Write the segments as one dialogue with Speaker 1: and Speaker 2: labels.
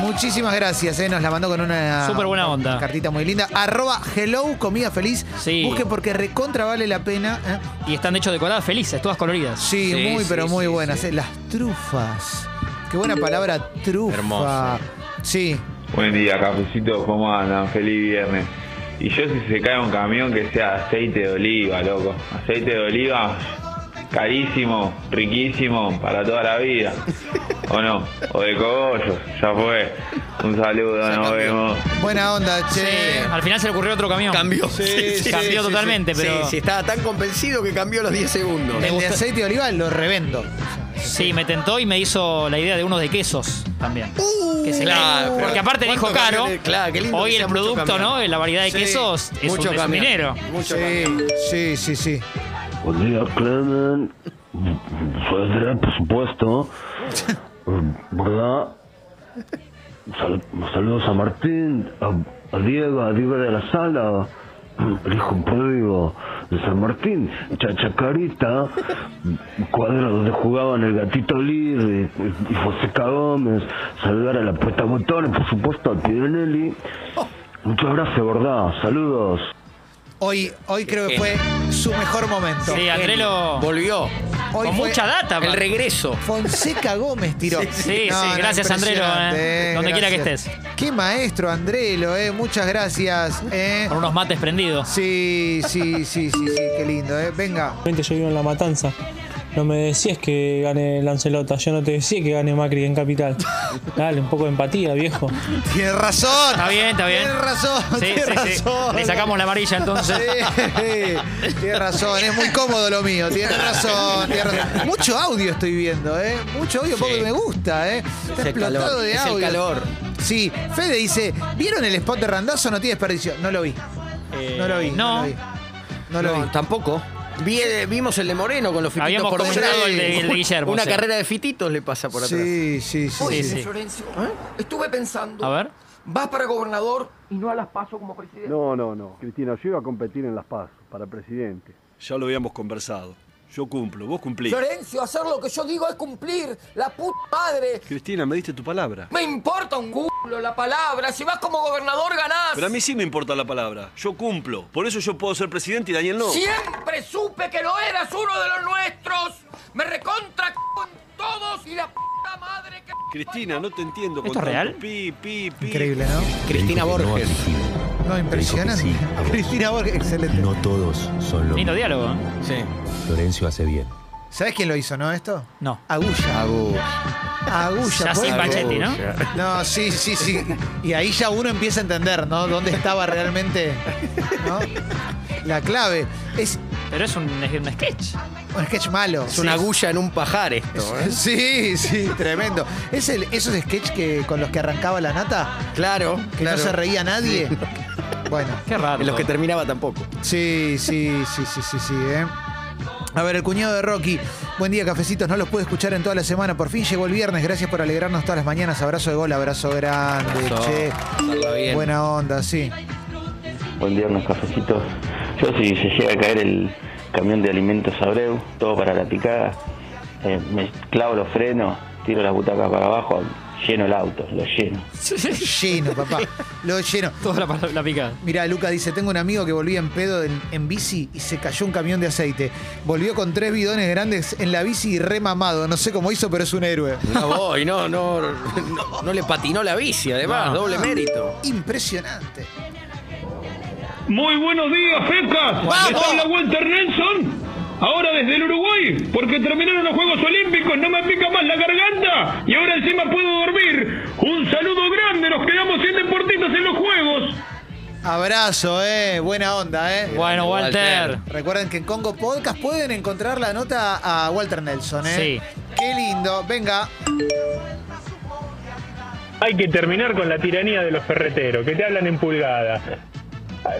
Speaker 1: Muchísimas gracias, ¿eh? Nos la mandó con una.
Speaker 2: Súper buena onda.
Speaker 1: Cartita muy linda. Arroba hello comida feliz.
Speaker 2: Sí.
Speaker 1: Busquen porque recontra vale la pena. ¿eh?
Speaker 2: Y están de hecho decoradas felices, todas coloridas.
Speaker 1: Sí,
Speaker 3: Sí,
Speaker 1: muy,
Speaker 3: sí,
Speaker 1: pero muy
Speaker 3: sí,
Speaker 1: buenas.
Speaker 3: sí.
Speaker 1: eh. Las trufas. Qué buena palabra, trufa.
Speaker 3: Hermoso.
Speaker 1: Sí.
Speaker 4: Buen día, cafecito, ¿cómo andan? Feliz viernes. Y yo si se cae un camión que sea aceite de oliva, loco. Aceite de oliva, carísimo, riquísimo, para toda la vida. O no, o de cogollos, ya fue. Un saludo,
Speaker 3: Ya
Speaker 4: nos
Speaker 3: cambió.
Speaker 4: vemos.
Speaker 1: Buena onda,
Speaker 2: Sí,
Speaker 1: che.
Speaker 2: Al final se le ocurrió otro camión.
Speaker 3: Cambió.
Speaker 2: cambió totalmente,
Speaker 3: sí,
Speaker 2: pero.
Speaker 3: sí,
Speaker 2: Sí,
Speaker 3: estaba tan convencido que cambió los 10 segundos.
Speaker 2: Me
Speaker 1: El de
Speaker 2: gusta-
Speaker 1: aceite de oliva lo revendo.
Speaker 2: me tentó y me hizo la idea de unos de quesos también. Que se
Speaker 3: claro,
Speaker 2: caen.
Speaker 3: pero
Speaker 2: Porque aparte dijo
Speaker 3: ¿cuántos
Speaker 2: caro.
Speaker 3: camiones? Claro, qué lindo
Speaker 2: hoy
Speaker 3: que
Speaker 2: el
Speaker 3: sea mucho
Speaker 2: producto,
Speaker 3: camión.
Speaker 2: ¿no? La variedad de
Speaker 3: Sí,
Speaker 2: quesos es
Speaker 3: mucho
Speaker 2: un, es un
Speaker 3: camión.
Speaker 2: dinero.
Speaker 3: Mucho
Speaker 1: Sí,
Speaker 3: camión.
Speaker 1: sí, sí, sí.
Speaker 5: Buen día, Clement. Pues Fue por supuesto. Eh, ¿Verdad? Sal- saludos a Martín, a, a Diego, a Diego de la Sala, el hijo pródigo de San Martín, Chachacarita, cuadro donde jugaban el gatito Lir y, y Joseca Gómez, saludar a la puesta botones, por supuesto, a Pironelli. Muchas gracias, ¿verdad? Saludos.
Speaker 1: Hoy, hoy creo que fue su mejor momento.
Speaker 2: Sí, Andrelo.
Speaker 3: Volvió.
Speaker 1: Hoy
Speaker 2: Con
Speaker 1: fue
Speaker 2: mucha data.
Speaker 3: El
Speaker 2: pa-
Speaker 3: regreso.
Speaker 1: Fonseca Gómez tiró.
Speaker 2: sí, sí, gracias, Andrelo,
Speaker 1: impresionante,
Speaker 2: eh. Donde quiera que
Speaker 1: gracias. Qué maestro, Andrelo, eh. Muchas gracias. Eh.
Speaker 2: Con unos mates prendidos.
Speaker 1: Sí, sí, sí, sí, sí, qué lindo, eh. Venga.
Speaker 6: Realmente yo vivo en La Matanza. No me decías que gane Lancelota, yo no te decía que gane Macri en Capital. Dale, un poco de empatía, viejo.
Speaker 1: Tienes razón.
Speaker 2: Está bien, está bien.
Speaker 1: Tienes razón,
Speaker 2: Sí,
Speaker 1: tienes
Speaker 2: sí, sí.
Speaker 1: razón.
Speaker 2: Le sacamos la amarilla entonces.
Speaker 1: Sí, tienes razón, es muy cómodo lo mío, tienes razón, tienes razón. Mucho audio estoy viendo, ¿eh? Mucho audio, poco me gusta, ¿eh? Está
Speaker 3: Es el
Speaker 1: explotado
Speaker 3: calor,
Speaker 1: de
Speaker 3: es el
Speaker 1: audio.
Speaker 3: calor.
Speaker 1: Sí, Fede dice, ¿vieron el spot de Randazo? No tiene desperdicio. No lo vi, no lo vi.
Speaker 2: Eh,
Speaker 1: No lo vi.
Speaker 2: no.
Speaker 1: No lo vi.
Speaker 3: Tampoco. Vi- vimos el de Moreno con los fititos
Speaker 2: Habíamos
Speaker 3: por detrás.
Speaker 2: comprado el de- el de Guillermo,
Speaker 3: Una
Speaker 2: sí.
Speaker 3: carrera de fititos le pasa por atrás.
Speaker 1: Sí, sí, sí.
Speaker 2: Oye,
Speaker 1: sí.
Speaker 2: sí.
Speaker 7: Florencio, ¿Eh? estuve pensando.
Speaker 2: A ver.
Speaker 7: Vas para gobernador y no a las paso como presidente.
Speaker 8: No, no, no. Cristina, yo iba a competir en Las Paz para presidente.
Speaker 9: Ya lo habíamos conversado. Yo cumplo, vos cumplís.
Speaker 7: Florencio, hacer lo que yo digo es cumplir. La puta madre.
Speaker 9: Cristina, me diste tu palabra.
Speaker 7: Me importa un culo la palabra. Si vas como gobernador ganás.
Speaker 9: Pero a mí sí me importa la palabra. Yo cumplo. Por eso yo puedo ser presidente y Daniel no.
Speaker 7: Siempre supe que no eras uno de los nuestros. Me recontra con todos y la puta madre que.
Speaker 9: Cristina, no te entiendo.
Speaker 2: ¿Esto
Speaker 9: con
Speaker 2: es
Speaker 9: tanto
Speaker 2: real?
Speaker 9: Pi, pi, pi.
Speaker 1: Increíble, ¿no?
Speaker 3: Cristina Borges.
Speaker 1: No, impresionante. Cristina Borges, excelente.
Speaker 10: No todos son lo
Speaker 2: Lindo diálogo. ¿eh?
Speaker 3: Sí.
Speaker 10: Florencio hace bien.
Speaker 1: ¿Sabés quién lo hizo, no, esto?
Speaker 2: No.
Speaker 1: Agulla. Agulla.
Speaker 2: Ya
Speaker 1: por
Speaker 2: sin
Speaker 1: favor.
Speaker 2: Pachetti, ¿no?
Speaker 1: No, sí, sí, sí. Y ahí ya uno empieza a entender, ¿no? Dónde estaba realmente, ¿no? La clave. Es
Speaker 2: Pero es un, es un sketch.
Speaker 1: un sketch malo.
Speaker 3: Es una agulla en un pajar esto, ¿eh?
Speaker 1: Sí, sí, tremendo. Es el, esos sketch que, con los que arrancaba la nata,
Speaker 3: Claro,
Speaker 1: que
Speaker 3: claro.
Speaker 1: no se reía nadie. Bueno.
Speaker 2: Qué raro.
Speaker 3: En los que terminaba tampoco.
Speaker 1: Sí, sí, sí, sí, sí, sí, ¿eh? A ver, el cuñado de Rocky. Buen día, cafecitos. No los pude escuchar en toda la semana. Por fin llegó el viernes. Gracias por alegrarnos todas las mañanas. Abrazo de gol, abrazo grande.
Speaker 3: Abrazo.
Speaker 1: Che,
Speaker 3: Todo bien.
Speaker 1: buena onda, sí.
Speaker 4: Buen viernes, cafecitos. Yo si se llega a caer el camión de alimentos Abreu, todo para la picada, eh, me clavo los frenos, tiro las butacas para abajo, lleno el auto, lo lleno.
Speaker 1: Lleno, papá. Lo lleno.
Speaker 2: Toda la, la picada.
Speaker 1: Mirá, Luca dice, tengo un amigo que volvía en pedo en, en bici y se cayó un camión de aceite. Volvió con tres bidones grandes en la bici y remamado. No sé cómo hizo, pero es un héroe.
Speaker 3: No voy, no, no, no, no le patinó la bici, además,
Speaker 2: No.
Speaker 3: doble mérito.
Speaker 1: Ah, Impresionante.
Speaker 8: Muy buenos días, Pecas.
Speaker 3: ¡Vamos!
Speaker 8: Habla Walter Nelson. Ahora desde el Uruguay, porque terminaron los Juegos Olímpicos, no me pica más la garganta y ahora encima puedo dormir. Un saludo grande, nos quedamos sin deportistas en los Juegos.
Speaker 1: Abrazo, eh. Buena onda, eh.
Speaker 2: Bueno, Walter.
Speaker 1: Recuerden que en Congo Podcast pueden encontrar la nota a Walter Nelson, ¿eh?
Speaker 2: Sí.
Speaker 1: Qué lindo. Venga.
Speaker 8: Hay que terminar con la tiranía de los ferreteros, que te hablan en pulgada.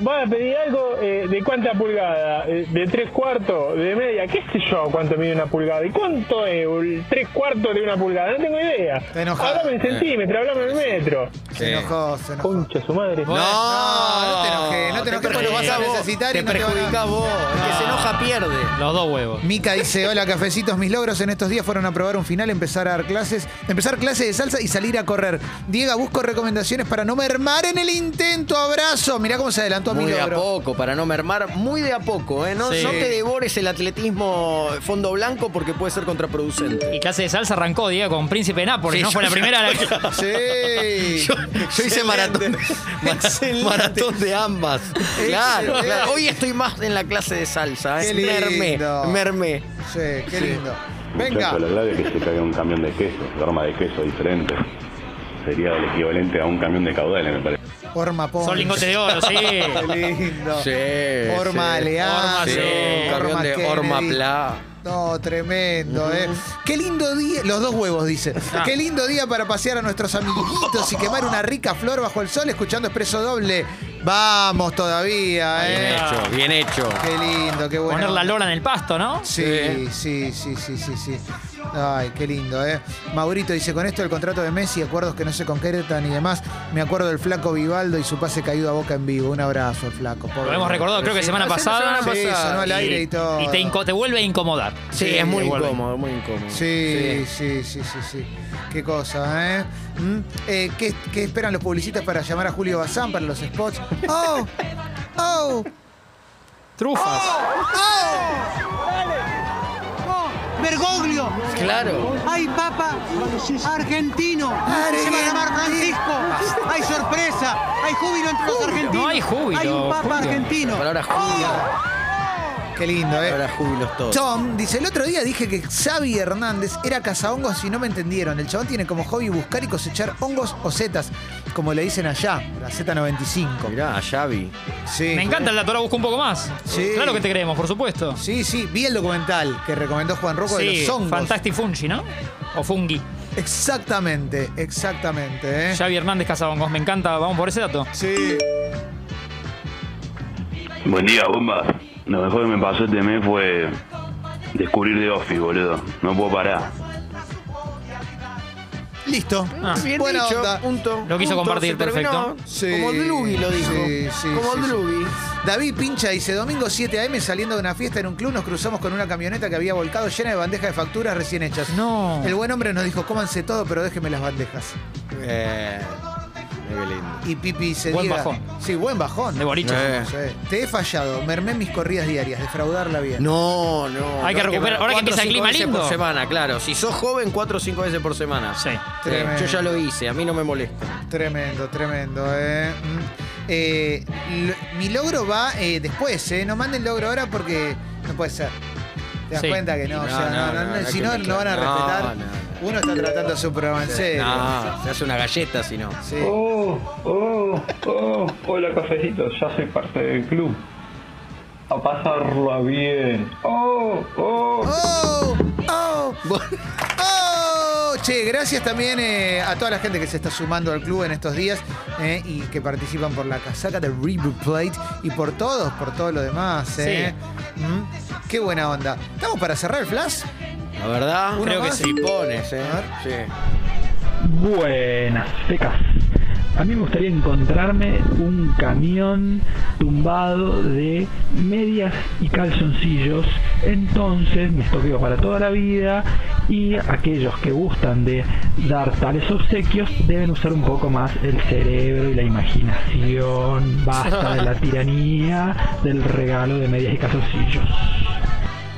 Speaker 8: Vas a pedir algo eh, de cuánta pulgada, Eh, de tres cuartos, de media, qué sé yo cuánto mide una pulgada. ¿Y cuánto es un tres cuartos de una pulgada? No tengo idea.
Speaker 1: Está enojado.
Speaker 8: Hablame en centímetros, hablame en metro.
Speaker 1: Se enojó, se enojó.
Speaker 8: Concha su madre.
Speaker 1: No, no te enojes, no te enojes porque lo vas
Speaker 3: perjudicás
Speaker 1: a
Speaker 3: vos,
Speaker 1: necesitar y
Speaker 3: Te
Speaker 1: no te van a-
Speaker 3: perjudicás vos. El que se enoja pierde.
Speaker 2: Los dos huevos.
Speaker 1: Mica dice, hola cafecitos, mis logros en estos días fueron a probar un final, empezar a dar clases, empezar clases de salsa y salir a correr. Diego, busco recomendaciones para no mermar en el intento, abrazo. Mirá cómo se adelantó a mi
Speaker 3: Muy de a
Speaker 1: logro.
Speaker 3: poco, para no mermar, muy de a poco, ¿eh? No,
Speaker 2: Sí.
Speaker 3: no te devores el atletismo fondo blanco porque puede ser contraproducente.
Speaker 2: Y clase de salsa arrancó, Diego, con Príncipe de Nápoles.
Speaker 3: Sí,
Speaker 2: no
Speaker 3: yo
Speaker 2: fue la
Speaker 3: ya-
Speaker 2: primera. de la-
Speaker 1: Sí.
Speaker 3: Yo, yo hice maratón,
Speaker 1: Excelente.
Speaker 3: maratón de ambas. Claro,
Speaker 1: Excelente.
Speaker 3: claro. Hoy estoy más en la clase de salsa.
Speaker 1: Qué
Speaker 3: ¿eh?
Speaker 1: lindo.
Speaker 3: Mermé, mermé.
Speaker 1: Sí, qué lindo. Venga.
Speaker 10: Muchacho, la clave es que se caiga un camión de queso, forma de queso diferente. Sería el equivalente a un camión de caudales, me parece.
Speaker 1: Forma Pons.
Speaker 2: Son lingotes de oro, sí.
Speaker 1: Qué lindo.
Speaker 3: Eh, Sí.
Speaker 1: Forma
Speaker 3: sí.
Speaker 1: Aleazo,
Speaker 2: Orma, sí.
Speaker 3: Un camión
Speaker 1: eh, Orma
Speaker 3: de
Speaker 1: Kennedy.
Speaker 3: Orma Pla.
Speaker 1: No, tremendo, ¿eh? Qué lindo día, los dos huevos, dice.
Speaker 3: Ah.
Speaker 1: Qué lindo día para pasear a nuestros amiguitos y quemar una rica flor bajo el sol escuchando Expreso Doble. Vamos todavía,
Speaker 3: Bien
Speaker 1: ¿eh?
Speaker 3: hecho, bien hecho.
Speaker 1: Qué lindo, qué bueno.
Speaker 2: Poner la lora en el pasto, ¿no?
Speaker 1: Sí, sí, sí, sí, sí, sí. Ay, qué lindo, ¿eh? Maurito dice, con esto el contrato de Messi, acuerdos que no se concretan y demás, me acuerdo del flaco Vivaldo y su pase caído a boca en vivo. Un abrazo al flaco. pobre.
Speaker 2: Lo hemos recordado, creo que semana
Speaker 3: Ah, sí, la
Speaker 2: pasada.
Speaker 3: semana
Speaker 1: Sí,
Speaker 3: pasada.
Speaker 1: sonó al aire y todo.
Speaker 2: te, inco- te vuelve a incomodar.
Speaker 3: Sí, es muy
Speaker 2: te vuelve.
Speaker 3: incómodo, muy incómodo.
Speaker 1: Sí, sí, sí, sí, sí. Qué cosa, ¿eh? ¿Mm? Eh, ¿qué, qué esperan los publicistas para llamar a Julio Bazán para los spots? ¡Oh! ¡Oh!
Speaker 2: Trufas.
Speaker 11: Bergoglio,
Speaker 3: Claro.
Speaker 11: ay papa argentino, se va a llamar Francisco, hay sorpresa, hay júbilo entre los argentinos,
Speaker 2: No hay júbilo,
Speaker 11: hay un papa
Speaker 2: Julio.
Speaker 11: argentino.
Speaker 3: La palabra júbilo.
Speaker 1: Qué lindo,
Speaker 3: La
Speaker 1: ¿eh?
Speaker 3: palabra júbilo es todo.
Speaker 1: Tom dice, el otro día dije que Xavi Hernández era cazahongos y no me entendieron. El chabón tiene como hobby buscar y cosechar hongos o setas, como le dicen allá, la Z95.
Speaker 3: Mirá, a Xavi.
Speaker 1: Sí.
Speaker 2: Me encanta el dato, ahora busco un poco más.
Speaker 1: Sí.
Speaker 2: Claro que te creemos, por supuesto.
Speaker 1: Sí, sí, vi el documental que recomendó Juan Rocco de
Speaker 2: Sí,
Speaker 1: los hongos.
Speaker 2: Fantastic Fungi, ¿no? O Fungi.
Speaker 1: Exactamente, exactamente, ¿eh?
Speaker 2: Xavi Hernández Casabongos, me encanta, vamos por ese dato.
Speaker 1: Sí.
Speaker 10: Buen día, bombas.
Speaker 5: Lo mejor que me pasó este mes fue descubrir The Office, boludo. No puedo parar.
Speaker 1: Listo.
Speaker 2: Ah,
Speaker 3: Ah,
Speaker 8: Bien
Speaker 1: Buena
Speaker 8: dicho,
Speaker 1: onda.
Speaker 8: punto,
Speaker 2: Lo quiso
Speaker 8: punto,
Speaker 2: compartir,
Speaker 8: se terminó.
Speaker 2: perfecto.
Speaker 1: Sí,
Speaker 8: Como Dlugi lo dijo.
Speaker 1: sí, sí,
Speaker 8: Como
Speaker 1: sí, sí.
Speaker 8: Dlugi.
Speaker 1: David Pincha dice, domingo 7 am saliendo de una fiesta en un club nos cruzamos con una camioneta que había volcado llena de bandejas de facturas recién hechas.
Speaker 2: No.
Speaker 1: El buen hombre nos dijo, cómanse todo, pero déjenme las bandejas.
Speaker 8: Eh, qué lindo.
Speaker 1: Y Pipi se
Speaker 2: Buen bajón.
Speaker 1: Sí, buen bajón.
Speaker 2: De boliche.
Speaker 8: Eh.
Speaker 1: Sí. Te he fallado, mermé mis corridas diarias, defraudar la vida.
Speaker 8: No, no.
Speaker 2: Hay que
Speaker 8: no,
Speaker 2: recuperar- ahora que
Speaker 8: cuatro o
Speaker 2: empieza el
Speaker 8: cinco
Speaker 2: clima
Speaker 8: veces
Speaker 2: lindo.
Speaker 8: por semana, claro. Si sos joven, cuatro o cinco veces por semana.
Speaker 2: Sí.
Speaker 8: Sí,
Speaker 1: Tremendo.
Speaker 8: yo ya lo hice, a mí no me molesta.
Speaker 1: Tremendo, tremendo. eh. Mm. Eh, lo- mi logro va eh, después, eh. no manden logro ahora porque no puede ser. ¿Te das
Speaker 2: Sí.
Speaker 1: cuenta que no? o sea, no, no, no,
Speaker 8: no,
Speaker 1: si
Speaker 8: que
Speaker 1: no,
Speaker 8: me-
Speaker 1: no van a
Speaker 8: no,
Speaker 1: respetar.
Speaker 8: no, no.
Speaker 1: Uno está tratando su programa en serio.
Speaker 8: No, se hace una galleta si no.
Speaker 1: Sí.
Speaker 12: Oh, oh, oh, hola cafecito, ya soy parte del club. A pasarla bien. Oh, oh.
Speaker 1: ¡Oh! ¡Oh! ¡Oh! Che, gracias también eh, a toda la gente que se está sumando al club en estos días eh, y que participan por la casaca de River Plate y por todos, por todo lo demás. eh. Mm, Qué buena onda. ¿Estamos para cerrar el flash?
Speaker 8: La verdad,
Speaker 1: Uno
Speaker 8: creo que
Speaker 1: más.
Speaker 8: sí pones, eh.
Speaker 1: A ver.
Speaker 8: Sí.
Speaker 13: Buenas, pecas. A mí me gustaría encontrarme un camión tumbado de medias y calzoncillos. Entonces, mis toqueo para toda la vida y aquellos que gustan de dar tales obsequios deben usar un poco más el cerebro y la imaginación. Basta de la tiranía del regalo de medias y calzoncillos.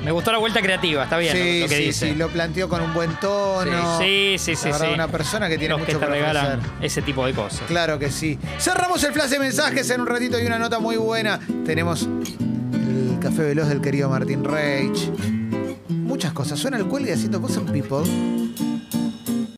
Speaker 2: Me gustó la vuelta creativa, está bien
Speaker 1: sí,
Speaker 2: lo que
Speaker 1: sí,
Speaker 2: dice.
Speaker 1: sí, lo planteó con un buen tono.
Speaker 2: Sí, sí, sí,
Speaker 1: La verdad,
Speaker 2: sí.
Speaker 1: Una persona que tiene
Speaker 2: Los
Speaker 1: mucho
Speaker 2: que te
Speaker 1: para
Speaker 2: regalan
Speaker 1: ofrecer.
Speaker 2: ese tipo de cosas.
Speaker 1: Claro que sí. Cerramos el flash de mensajes en un ratito y una nota muy buena. Tenemos el café veloz del querido Martín Reich. Muchas cosas. Suena el cuelgue haciendo cosas people.